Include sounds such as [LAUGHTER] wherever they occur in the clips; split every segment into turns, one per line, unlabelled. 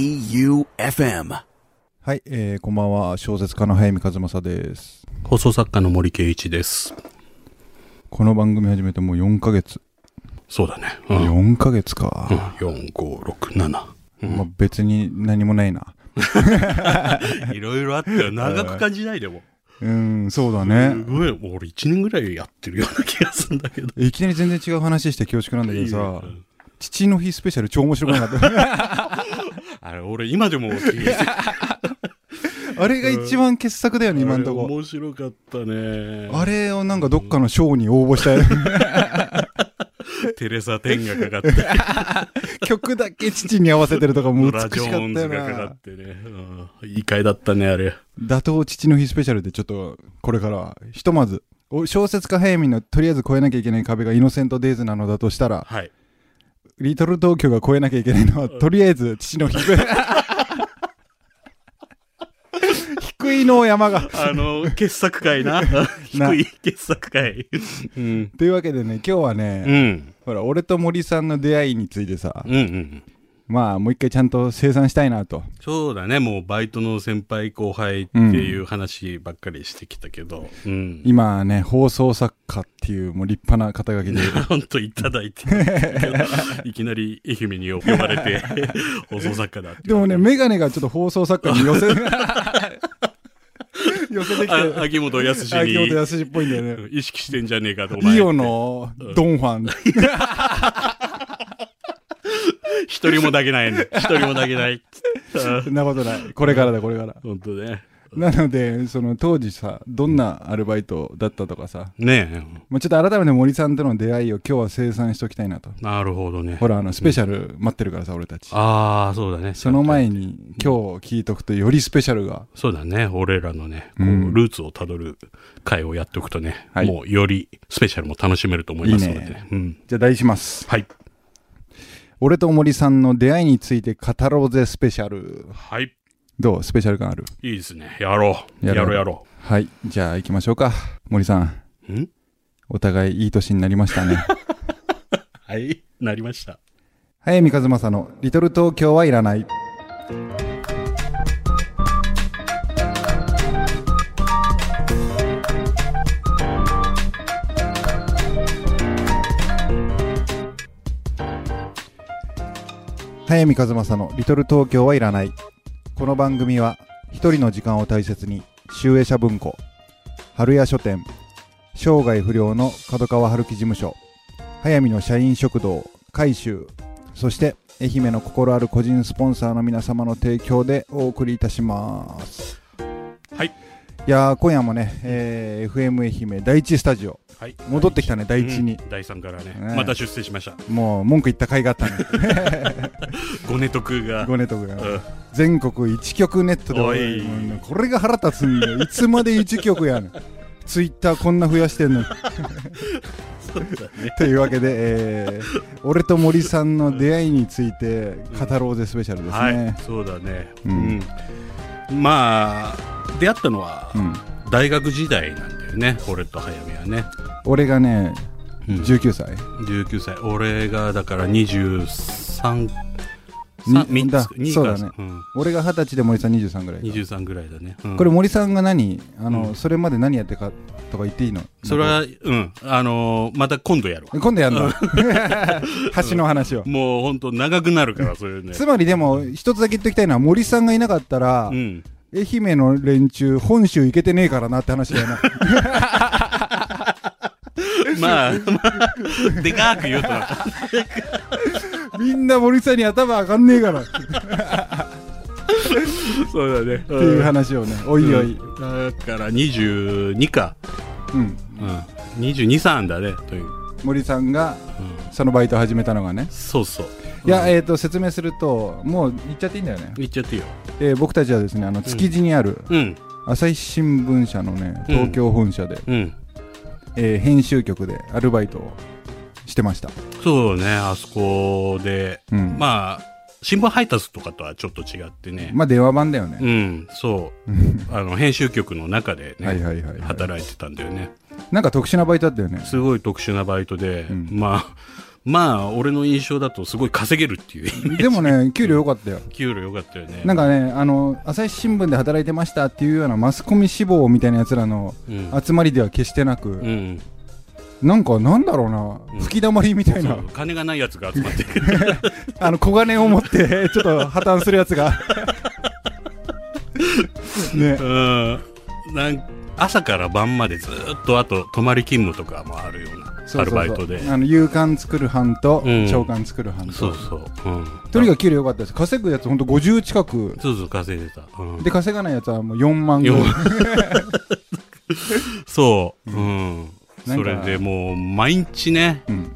J-O-E-U-F-M
はい、えー、こんばんは。小説家の早見和正です。
放送作家の森圭一です。
この番組始めてもう4ヶ月。
そうだね。うん。うん
4ヶ月か。
4、5、6、
まあ、別に何もないな。
7。いろいろあったよ。長く感じないでも。
うん、そうだ
す
ね。
ごい、俺1年ぐらいやってるような気がするんだけど。
いきなり全然違う話して恐縮なんだけどさ、父の日スペシャル超面白くなか
[LAUGHS]
っ
あれ、俺今でも気にして [LAUGHS] る
た。あれが一番傑作だよね、今んとこ。
面白かったね。
あれをなんかどっかの賞に応募し
[LAUGHS]
たい。
テレサ・テンがかかって、
曲だけ父に合わせてるとか
ド
も美
ラ・
しかった
ジョーン
よ
ズがかか
な
っ。てね。うんいい回だったね、あれ。
打倒父の日スペシャルでちょっとこれからはひとまずお小説家早見のとりあえず越えなきゃいけない壁がイノセント・デイズなのだとしたら
はい。
リトル東京が越えなきゃいけないのはとりあえ
[LAUGHS]
ず父の日低いの山が
あの、傑作回 [LAUGHS] な。低い傑作回。うん。
というわけでね今日はね、
うん。
ほら俺と森さんの出会いについてさ、
うんうん。
まあもう一回ちゃんと清算したいなと
そうだね、もうバイトの先輩後輩っていう話ばっかりしてきたけど、うん。
今ね放送作家っていうもう立派な肩書きで
本当いただ
[LAUGHS]
いて、いきなり愛媛に呼ばれて、放送作家だって。
でもね眼鏡がちょっと放送作家に寄
[LAUGHS]
せ寄せてきて
あ秋元康
秋元
に
康っぽいんだよね。
うん意識してんじゃねえかと、お前。
リオのドン
[LAUGHS]
ファン。
一人も抱け
[LAUGHS]
ないね。一人も抱けない。
そんなことない。これからだ、これから。
本当ね。
なので、その当時さ、どんなアルバイトだったとかさ、
ね
もうちょっと改めて森さんとの出会いを今日は清算しときたいなと。
え。なるほどね
ほ。ら、あの、スペシャル待ってるからさ、俺たち。
ああ、そうだね。
その前に今日聞いとくとよりスペシャルが。
そうだね。俺らのね、こう
うん
ルーツをたどる回をやっておくとね、
はい
もうよりスペシャルも楽しめると思いますので、
いいね
うん。
じゃあ題します。
はい。
俺と森さんの出会いについて語ろうぜスペシャル。
はい。
どうスペシャル感ある
いいですね。やろう。
や
や
ろ
ろ
う
うやろ
はい。じゃあ行きましょうか。森さん、
う。ん
お互いいい年になりましたね。
はい。なりました。
早見和正の「リトル東京はいらない」早見和正の「リトル東京はいらない」この番組は一人の時間を大切に集英社文庫春屋書店生涯不良の角川春樹事務所早見の社員食堂改修そして愛媛の心ある個人スポンサーの皆様の提供でお送りいたします
はい
いやー今夜もね、えー FM 愛媛第一スタジオ
はい。
戻ってきたね第一に
うん、第3からね、
ね
また出世しました。
もう文句言った甲斐があったね
ごネトクが。
ごネット君
う
が
ん
全国一局ネットで
おい
もうこれが腹立つんだよいつまで一局やねんツイッターこんな増やしてんのにというわけで、えー俺と森さんの出会いについて語ろうぜスペシャルです
は
ね
い。、そうだね。
う
うんん。まあ、出会ったのは、
うん、
大学時代なんだよね。俺と早見はね。
俺がね
うん
19歳、
19歳俺がだから23三
に
三
だ
つ二
そう
か
だね
うん、
俺が二十歳で森さん23ぐらいか
23ぐらいだね、うん
これ森さんが何あの、
うん
それまで何やってかとか言っていいの
それはうんあのーまた今度やろう
今度やんの [LAUGHS] 橋の話を、
もう本当長くなるからそういうね
つまりでも一つだけ言っときたいのは森さんがいなかったら、
うん
愛媛の連中本州行けてねえからなって話だ
[LAUGHS]
よな
まあ、まあ、でかく
[LAUGHS]
言うと
みんな森さんに頭上がんねえからって
そうだねって
いう話をね、おいおい、
だから22か、
うん
うん、223だねという、
森さんが
うん、
そのバイトを始めたのがね、
そうそう
いや、えー、と説明するともう言っちゃっていいんだよね、
言っちゃっていいよ
えー僕たちはですねあの築地にある、
うん
朝日新聞社のね
うん
東京本社で、
うん
えー編集局でアルバイトをしてました、
そうねあそこで
うんま
まあ、新聞配達とかとはちょっと違ってね。
あ電話番だよね、
うん、そう。あの、編集局の中でね、
はいはいはい、はい、
働いてたんだよね。
なんか特殊なバイトだったよね
すごい特殊なバイトで、
うん
まあ、まあ、俺の印象だとすごい稼げるっていうイ [LAUGHS] メージ。
でもね、給料良かったよ。
給料良かったよね。
なんかね、あの、朝日新聞で働いてましたっていうようなマスコミ志望みたいなやつらの
うん、
集まりでは決してなく、
うん、
なんかなんだろうな、
うん
吹き溜まりみたい
そ
な、
う金がないやつが集まってくる。
あの小金を持って、ちょっと破綻するやつ
[LAUGHS]
が。ね、
うんなん朝から晩までずっとあと泊まり勤務とかもあるような
そうそうそう
アルバイトで
あの、夕刊作る班と、
うん
朝刊作る班と。
そうそう、うん、
とにかく給料良かったです。稼ぐやつほんと50近く。
そうそう稼いでた、うん、
で、稼がないやつはもう4万ぐ
よ
らい。
そう、うん
なん
そ
か
れでもう毎日ね
うん、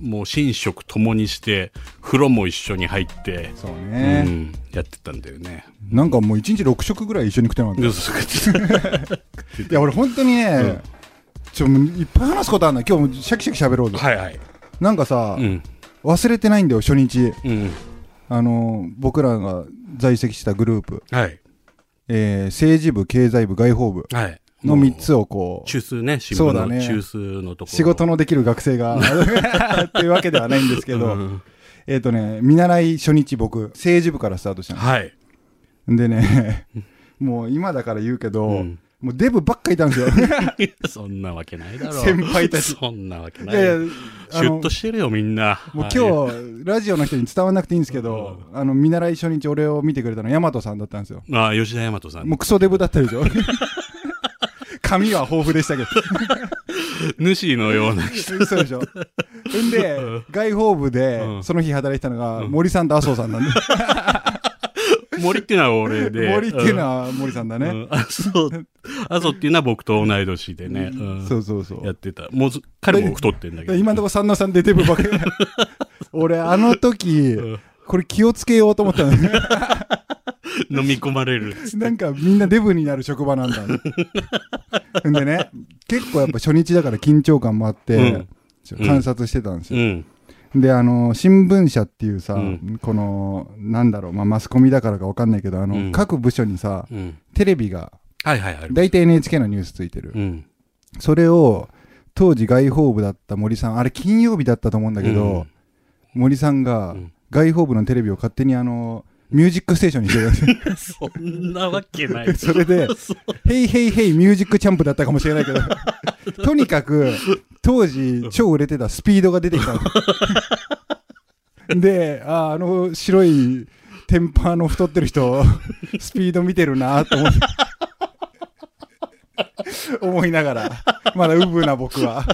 もう寝食ともにして風呂も一緒に入って、
そう
う
ね、
ん、やってたんだよね
なんかもう1日6食ぐらい一緒に食ってなかった
でそうそう
いや俺本当にね、
うん
ちょもういっぱい話すことあるんだ今日もシャキシャキ喋ろ [LAUGHS] うぜ
はいはい
なんかさ、
うん
忘れてないんだよ初日
うん
あの僕らが在籍したグループ、
はい
えー政治部経済部外交部
はい
の
もう
3つをこう
中枢ね新
そ
聞
うだ
の
ね
中枢のところ
仕事のできる学生が [LAUGHS] っていうわけではないんですけど、
うん
えっ、とね見習い初日僕政治部からスタートした
はい [LAUGHS]
んでねもう今だから言うけど、
うん
もうデブば [LAUGHS] っかいたんですよ
そんなわけないだろう。
先輩たち
そんなわけ
い
ない。
やいや
シュッとしてるよ、みんな。
もう今日、ラジオの人に伝わらなくていいんですけど、あの、見習い初日俺を見てくれたの、ヤマトさんだったんですよ。
ああ、吉田大和さん。
もうクソデブだった
[LAUGHS]
でしょ髪は豊富でしたけど。
主のよう
[LAUGHS]
な人。
そうで
[LAUGHS]
しょんで、外報部
う
で、
ん
その日働いてたのが、森さんと麻生さんなんで。
森っていうのは俺で。
森っていうのは森さんだ
うん、
ね。
うんあそう。あそうっていうのは僕と同い年でね。うん
そうそうそう。
や
だ
ってた。もうず、彼も太ってんだけ
か
ど。
ら今のところ、さんなさんでデブばっ
[LAUGHS]
かり。俺、あの時
うん、
これ気をつけようと思ったのね。
飲み込まれる。
[LAUGHS] なんかみんなデブになる職場なんだ、ね。 [LAUGHS] んでね、結構やっぱ初日だから緊張感もあって、
うん
ちょ観察してたんです
う
よ。
ん。
で、あの、新聞社っていうさ、
うん
この、なんだろう、まあ、マスコミだからかわかんないけど、あの、
うん
各部署にさ、
うん。
テレビが、
はいはいはい。
大体 NHK のニュースついてる。
うん。
それを、当時外報部だった森さん、あれ金曜日だったと思うんだけど、森さんが
うん
外報部のテレビを勝手にあの、ミュージックステーションにしてたんですよ
そんなわけない。
[LAUGHS] それで、
そう
ヘイヘイヘイミュージックチャンプだったかもしれないけど、 [LAUGHS] とにかく、当時、超売れてたスピードが出てきたの [LAUGHS] で、あーあの白いテンパーの太ってる人、スピード見てるなと思って。 [LAUGHS] 思いながら、まだウブな僕は、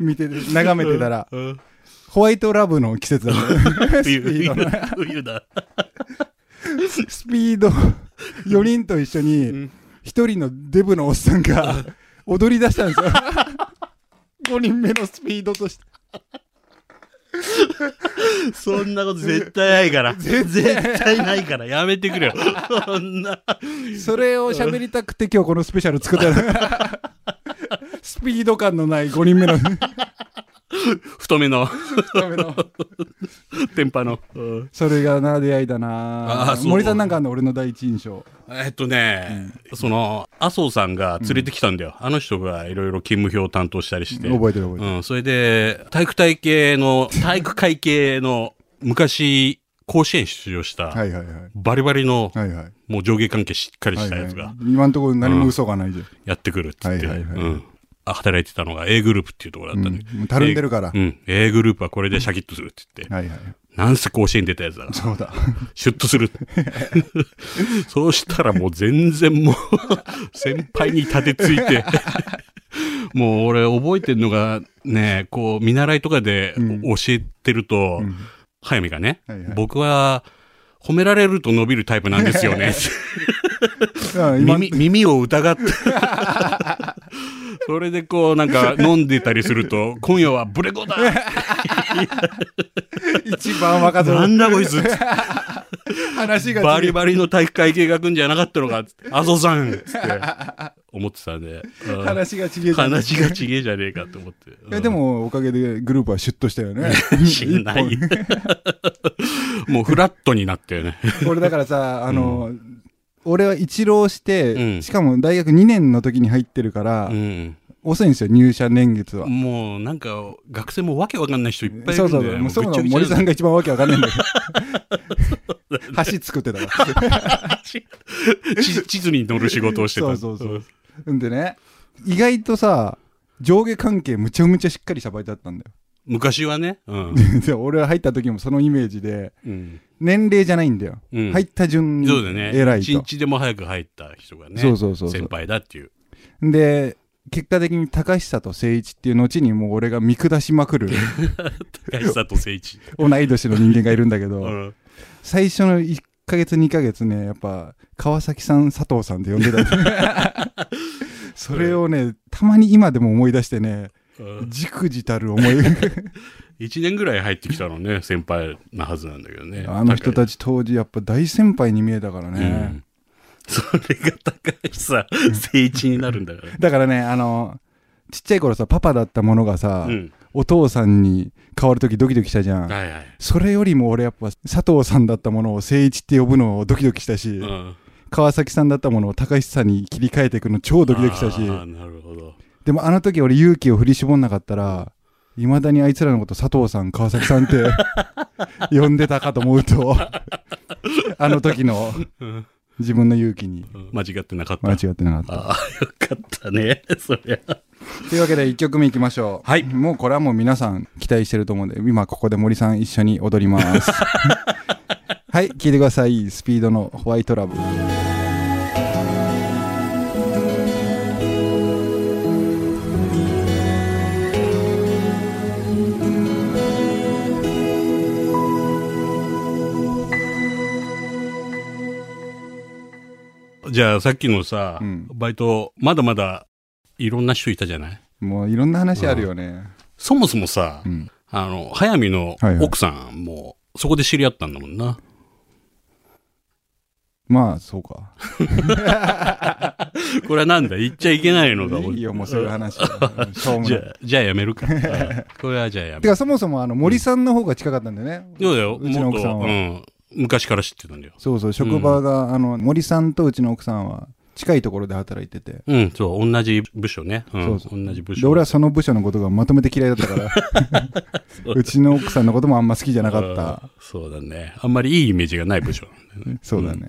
見てて、眺めてたら、
うん
ホワイトラブの季節だった。スピ
冬 [LAUGHS]
ードの
冬だ。
ス
[LAUGHS]
ピード4人と一緒に、1人のデブのおっさんが踊り出したんですよ。5人目のスピードとして。
そんなこと絶対ない
[LAUGHS]
から。絶対ないから。やめてくれよ。そん
[LAUGHS]
な。
それを喋りたくて今日このスペシャル作ったの。スピード感のない5人目の
[LAUGHS] 太めの、
ための。
天パの。
それがな、出会いだ
あ
な
ー。そう
森さんなんかあんの俺の第一印象。
えっとね、その、麻生さんが連れてきたんだよ。あの人がいろいろ勤務表を担当したりして。
覚えてる覚えてる。
うん、それで、体育会系
[LAUGHS]
の、体育会系の、昔、甲子園出場した、
はいはいはい。
バリバリの、
はいはい。
もう上下関係しっかり
はい
した
はい
やつが、
今のところ何も嘘がないじゃん。
やってくるっつって、
は
う
いはいはい
ん。あ働いてたのが A グループっていうところだった
うんん
で。
もうたるんでるから。
うん、A グループはこれでシャキッとするって言って。
はいはい。
なんせ甲子園出たやつだから。
そうだ。
シュッとする。 [LAUGHS] そうしたらもう全然もう、
[LAUGHS]
先輩に立てついて、もう俺覚えてんのが、ね、こう、見習いとかで
うん
教えてると、
うん
早見がね、
はいはい
僕は褒められると伸びるタイプなんですよね。
うん [LAUGHS] 今
[LAUGHS] 耳、耳を疑
[LAUGHS]
って。それでこう、なんか飲んでたりする
[LAUGHS]
と、今夜はブレコだ
一番若造
なんだこいつ
話が
バ
違
リ
う
バリの体育会系が来んじゃなかったのかっつ
[LAUGHS]
って、麻生さんっつって、思ってたんで、うん
話が違えた
話がちげえじゃねえかと思って。
いやでもおかげでグループはシュッとしたよね [LAUGHS]
うん、しない。 [LAUGHS] もうフラットになったよ
[LAUGHS]
ね。
俺だか
[LAUGHS]
らさあの、俺は一浪して、
うん
しかも大学2年の時に入ってるから、
うん。
遅いんですよ、入社年月は。
もうなんか学生もわけわかんない人いっぱいいる
そ
ん
う
で
そうそう。もうそもそも
ぐっ
森
ちゃぐちゃ
さんが一番わけわかんないんだけど。橋作ってたから。
[LAUGHS] 地地図に乗る仕事をしてた
そうそうそう。んでね、意外とさ、上下関係むちゃむちゃしっかりしたバイトだったんだ
昔はね、うん
よ。 [LAUGHS] で、俺は入った時もそのイメージで、
うん
年齢じゃないんだよ。
うん
入った順に
そうだね
偉い
一
と。
日でも早く入った人がね
そうそうそうそう
先輩だっていう
で、結果的に高久と誠一っていう後にもう俺が見下しま
[LAUGHS]
くる
高橋里誠一、
同い年の人間がいるんだけど、
うん
最初の1ヶ月2ヶ月ねやっぱ川崎さん佐藤さんで呼んでた、
[LAUGHS]
それをねたまに今でも思い出してね
うん
じくじたる
[LAUGHS]
思い
一年ぐらい入ってきたのね先輩なはずなんだけどね
あの人
ち
たち当時やっぱ大先輩に見えたからね、
それが高橋さん誠一になるんだから
だからねあのちっちゃい頃さパパだったものがさ、
うん
お父さんに変わる時ドキドキしたじゃん、
はいはい
それよりも俺やっぱ佐藤さんだったものを誠一って呼ぶのをドキドキしたし、
うん
川崎さんだったものを高橋さんに切り替えていくの超ドキドキしたし
ああなるほど
でもあの時俺勇気を振り絞んなかったら、いまだにあいつらのこと佐藤さん、川崎さんって
[LAUGHS]
呼んでたかと思うと、あの時の
うん
自分の勇気に
うん間違ってなかった
間違ってなかっ
ああ、よかったね。そりゃ。
た。というわけで1曲目いきましょう。
はい
もうこれはもう皆さん期待してると思うんで、今ここで森さん一緒に踊り [LAUGHS] ます。はい、聴いてください。スピードのホワイトラブ。
じゃあさっきのさ、
うん
バイト、まだまだいろんな人いたじゃない
もういろんな話あるよね。
そもそもさ、
うん。
あの、早見の
はいはい
奥さんも、そこで知り合ったんだもんな。 [LAUGHS]
まあ、そうか。
これはなんだ言っちゃいけないのか、
いいよ、もうそういう [LAUGHS] 話は。うんしょうも
じ
な
ゃ
い
あ、じゃあやめる
[LAUGHS]
か。うんこれはじゃあやめ
て
る。
かそもそもあの森さんの方が近かったんだよね。
そうだよ、
うち
も
の
っ
奥さ
と、
ん
う
は。
ん。昔から知ってたんだよ。
そうそう、職場が、あの森さんとうちの奥さんは近いところで働いてて。
うん、そう、同じ部署ね。うん、
そうそ
同じ部
で
署。
俺はその部署のことがまとめて嫌いだった [LAUGHS] からうちの奥さんのこともあんま好きじゃなかった
うんそうだね。あんまりいいイメージがない部署。
そうだね、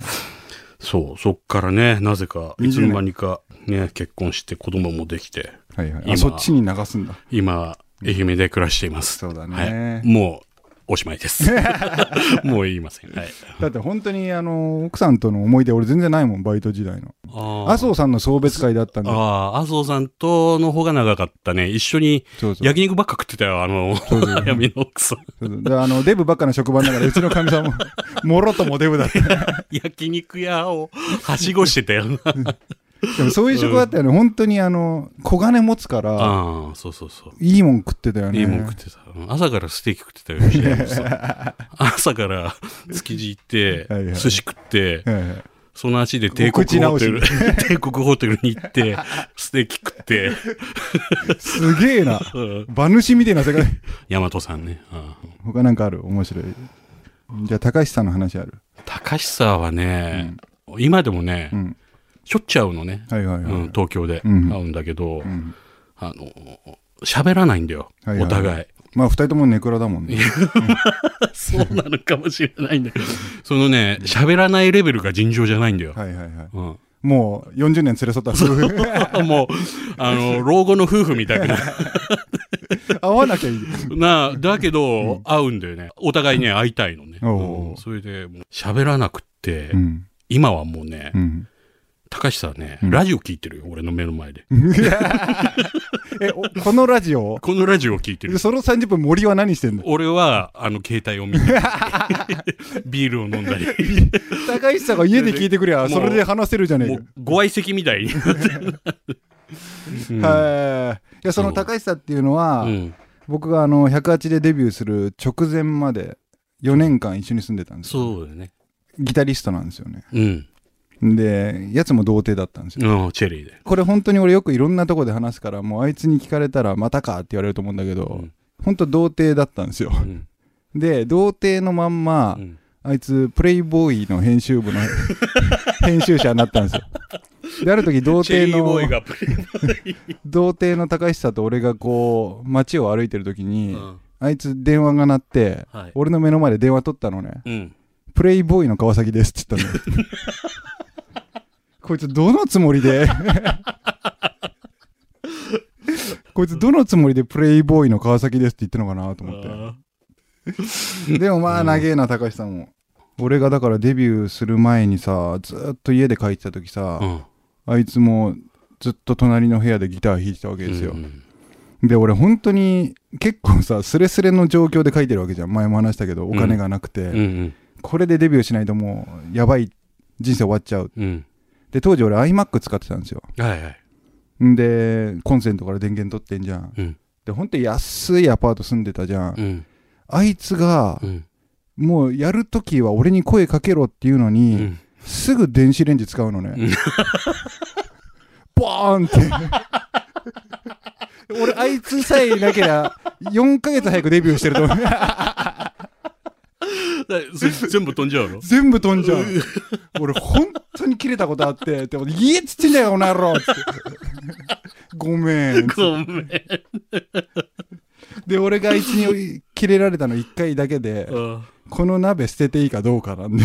そう、そっからね、なぜか、
20
いつの間にか、ね、結婚して子供もできて、
はいはいあ
今
そっちに流すんだ
今、愛媛で暮らしています。
そうだ
は
ね
い。、もう、おしまい
[LAUGHS]
です。 [LAUGHS] もう言いません。はい。
だって本当にあの奥さんとの思い出俺全然ないもんバイト時代の
あ
麻生さんの送別会だったんだよ
ああ、麻生さんとの方が長かったね。一緒に
そうそう
焼肉ばっか食ってたよ、あの、
う
[LAUGHS]
そう
早見の奥さん。
そうそうであのデブばっかの職場の中でうちのかみ
[LAUGHS]
さんももろともデブだった
焼肉屋をはしごしてた
[LAUGHS]
よな。
でもそういう職場だったよね、本当にあの小金持つから
ああ、そうそうそう。
いいもん食ってたよね
いいもん食ってた。うん朝からステーキ食ってたよ、
[LAUGHS]
吉田屋のさ朝から築地行って
はいはい、
寿司食って、
はいはい
その足で帝国ホテル
お、
[LAUGHS] 帝国ホテルに行って、ステーキ食って、
すげえな
うん
馬主みたいな世界
大和さんね。うん
他なんかある面白いじゃあ高橋さんの話ある
高橋さんはね、今でもね
う、ん
しょっちゅう会うのね。
はいはいはい、
うん東京で会
うん
うんだけど
う、ん
あの、喋らないんだよ、
はいはい
お互い。
まあ二人ともネクラだもんね
そうなのかもしれないんだけど、そのね、喋らないレベルが尋常じゃないんだよ。
はいはいはい
うん [LAUGHS]
もう40年連れ添った夫婦
もう、あの、老後の夫婦みたいな。
[LAUGHS] 会わなきゃいい
なあ、だけど、会うんだよね。お互いね、会いたいのね。
おう
うんそれで、もう喋らなくって、
うん
今はもうね
う、ん
高橋さんね、
うん
ラジオ聞いてるよ、俺の目の前で。
えおこのラジオ
このラジオ聞いて
[LAUGHS]
る。
その30分森は何してんの
俺は、あの、携帯を見て、
[LAUGHS]
ビールを飲んだり、
高橋さんが家で聞いてくりゃ
もう
それで話せるじゃねえ
も
か
う、ご愛席みたいに。うん
[LAUGHS] はいいやその
そう
高橋さんっていうのは、
うん
僕があの108でデビューする直前まで4年間一緒に住んでたんですよ
そうだよね。
ギタリストなんですよね
うん。
でやつも童貞だったんですよ
うん、チェリーで。
これ本当に俺よくいろんなとこで話すからもうあいつに聞かれたらまたかって言われると思うんだけど、
うん
本当童貞だったんですよ
うん
で童貞のまんま、
うん
あいつ、プレイボーイの編集
[LAUGHS]
部の編集者になったんですよ。で、ある時、童
チェリ
貞
ーボーイ
の、
がプレイボーイ。
童貞の高橋さんと俺がこう、街を歩いてる時に、
うん
あいつ電話が鳴って、
はい
俺の目の前で電話取ったのね。
うん。
プレイボーイの川崎ですって言ったのよこいつどのつも
[LAUGHS]
りでこいつどのつもりでプレイボーイの川崎ですって言ったのかなと思っ
あ
て [LAUGHS] でもまあ長えな高橋さんも俺がだからデビューする前にさずーっと家で書いてた時
ー
さ、
うん
あいつもずっと隣の部屋でギター弾いてたわけですよ、
うんうん
で俺本当に結構さスレスレの状況で書いてるわけじゃん前も話したけどお金がなくて、
うん
これでデビューしないともうやばい人生終わっちゃう
うん。
で当時俺 iMac 使ってたんですよ
うん。はいはい。
んでコンセントから電源取ってんじゃん
うん。
で本当に安いアパート住んでたじゃん、
うん。
あいつが
うん。
もうやるときは俺に声かけろっていうの
う
に、
ん。
すぐ電子レンジ使うの
うん [LAUGHS]
ねボーンって俺あいつさえいなけりゃ4ヶ月早くデビューしてると
[LAUGHS]
思う
だそれ全部飛んじゃうの
全部飛んじゃう俺本当に切れたことあってでも「いえ」っつってんだよこの
[LAUGHS]
野郎っつってごめん
ごめん。
で俺があいつに切れられたの1回だけで、
うん
この鍋捨てていいかどう
[LAUGHS]
かなんで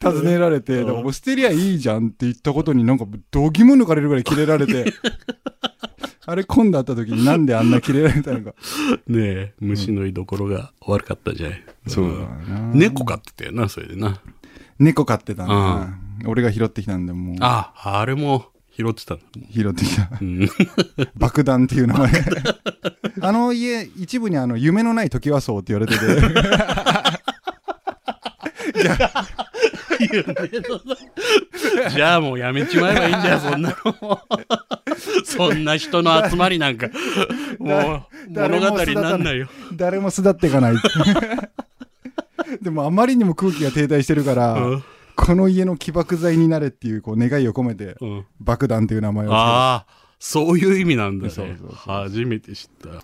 尋ねられて、
うん
でももう捨てりゃいいじゃんって言ったことになんかどぎも抜かれるぐらい切れられてあれ今度会った時になんであんな切れられたのか
ねえ、虫の居所が悪かったじゃない。
な
猫飼ってたよな、それでな。
猫飼ってたんだな、俺が拾ってきたんでもう
あ、あれも拾ってたの。
拾ってきた
うん。
爆弾っていう
[LAUGHS]
名前あの家一部にあの夢のない時はそうって言われてて
夢のないじゃあもうやめちまえばいいんだよ、そんなの。そんな人の集まりなんか、も
[LAUGHS]
う
だ
物語になんないよ。
誰も巣立っていか [LAUGHS] ないでもあまりにも空気が停滞してるから、
うん
この家の起爆剤になれっていうこう願いを込めて
うん
爆弾っていう名前を
[LAUGHS]
つ
ああ、そういう意味なんだ
そうそう
ね
そう。
初めて知った。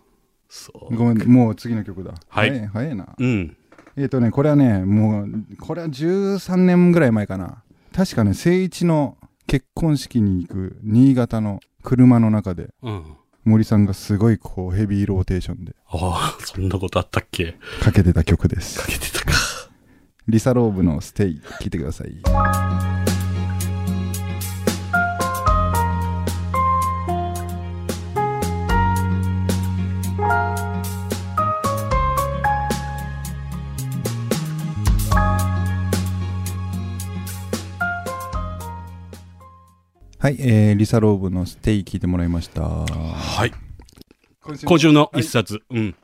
そ
けごめんもう次の曲だ
はい
早い早いな
う。うん。
えっ、とねこれはねもうこれは13年ぐらい前かな確かね誠一の結婚式に行く新潟の車の中で
うん。
森さんがすごいこうヘビーローテーションで
ああ、そんなことあったっけ
かけてた曲です
かけてたか。
リサローブのステイ聞いてくださいはい、えー、リサローブのステイ聞いてもらいました
はい。今週の一冊。うん。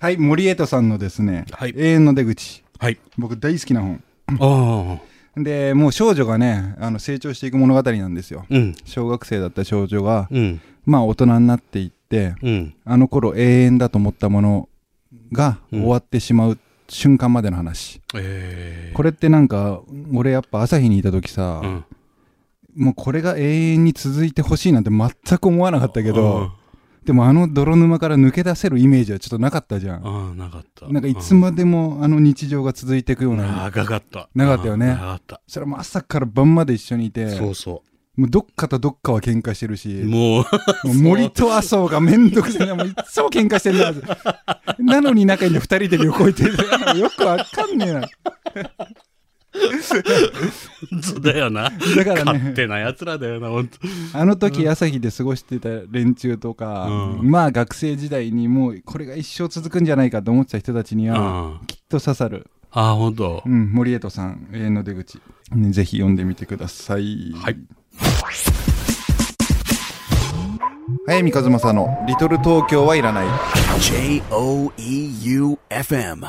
はい森江戸さんのですね、
はい
永遠の出口
はい。
僕大好きな本
ああ。
でもう少女がねあの成長していく物語なんですよ
うん。
小学生だった少女が
うん。
まあ大人になっていって
うん。
あの頃永遠だと思ったものが
うん
終わってしまう瞬間までの話、
ええ
これってなんか俺やっぱ朝日にいた時さ、
うん。
もうこれが永遠に続いてほしいなんて全く思わなかったけ
うん
ど、でもあの泥沼から抜け出せるイメージはちょっとなかったじゃん、
ああ、なかった。
なんかいつまでもあの日常が続いていくよう
うん
な、
長かった。
長かったよね
うん長かった。
それも朝から晩まで一緒にいて
そうそ
もうどっかとどっかは喧嘩してる
う。
し
もう、 [LAUGHS]
もう森と麻生がめんどくさいな、もういっつも喧嘩してんだ。なのに仲いいんで二人で旅行行ってる。よくわかんねえな。
本当だよな。
だから
勝
ね、
手な奴らだよな、本当。
あの時朝日で過ごしてた連中とか、
うん
まあ学生時代にもうこれが一生続くんじゃないかと思ってた人たちには、
あ
きっと刺さる。
あ、本当
う。ん、森江戸さん、永遠の出口、ねぜひ読んでみてください。
はい。
早見和正のリトル東京はいらない。
J O E U F M.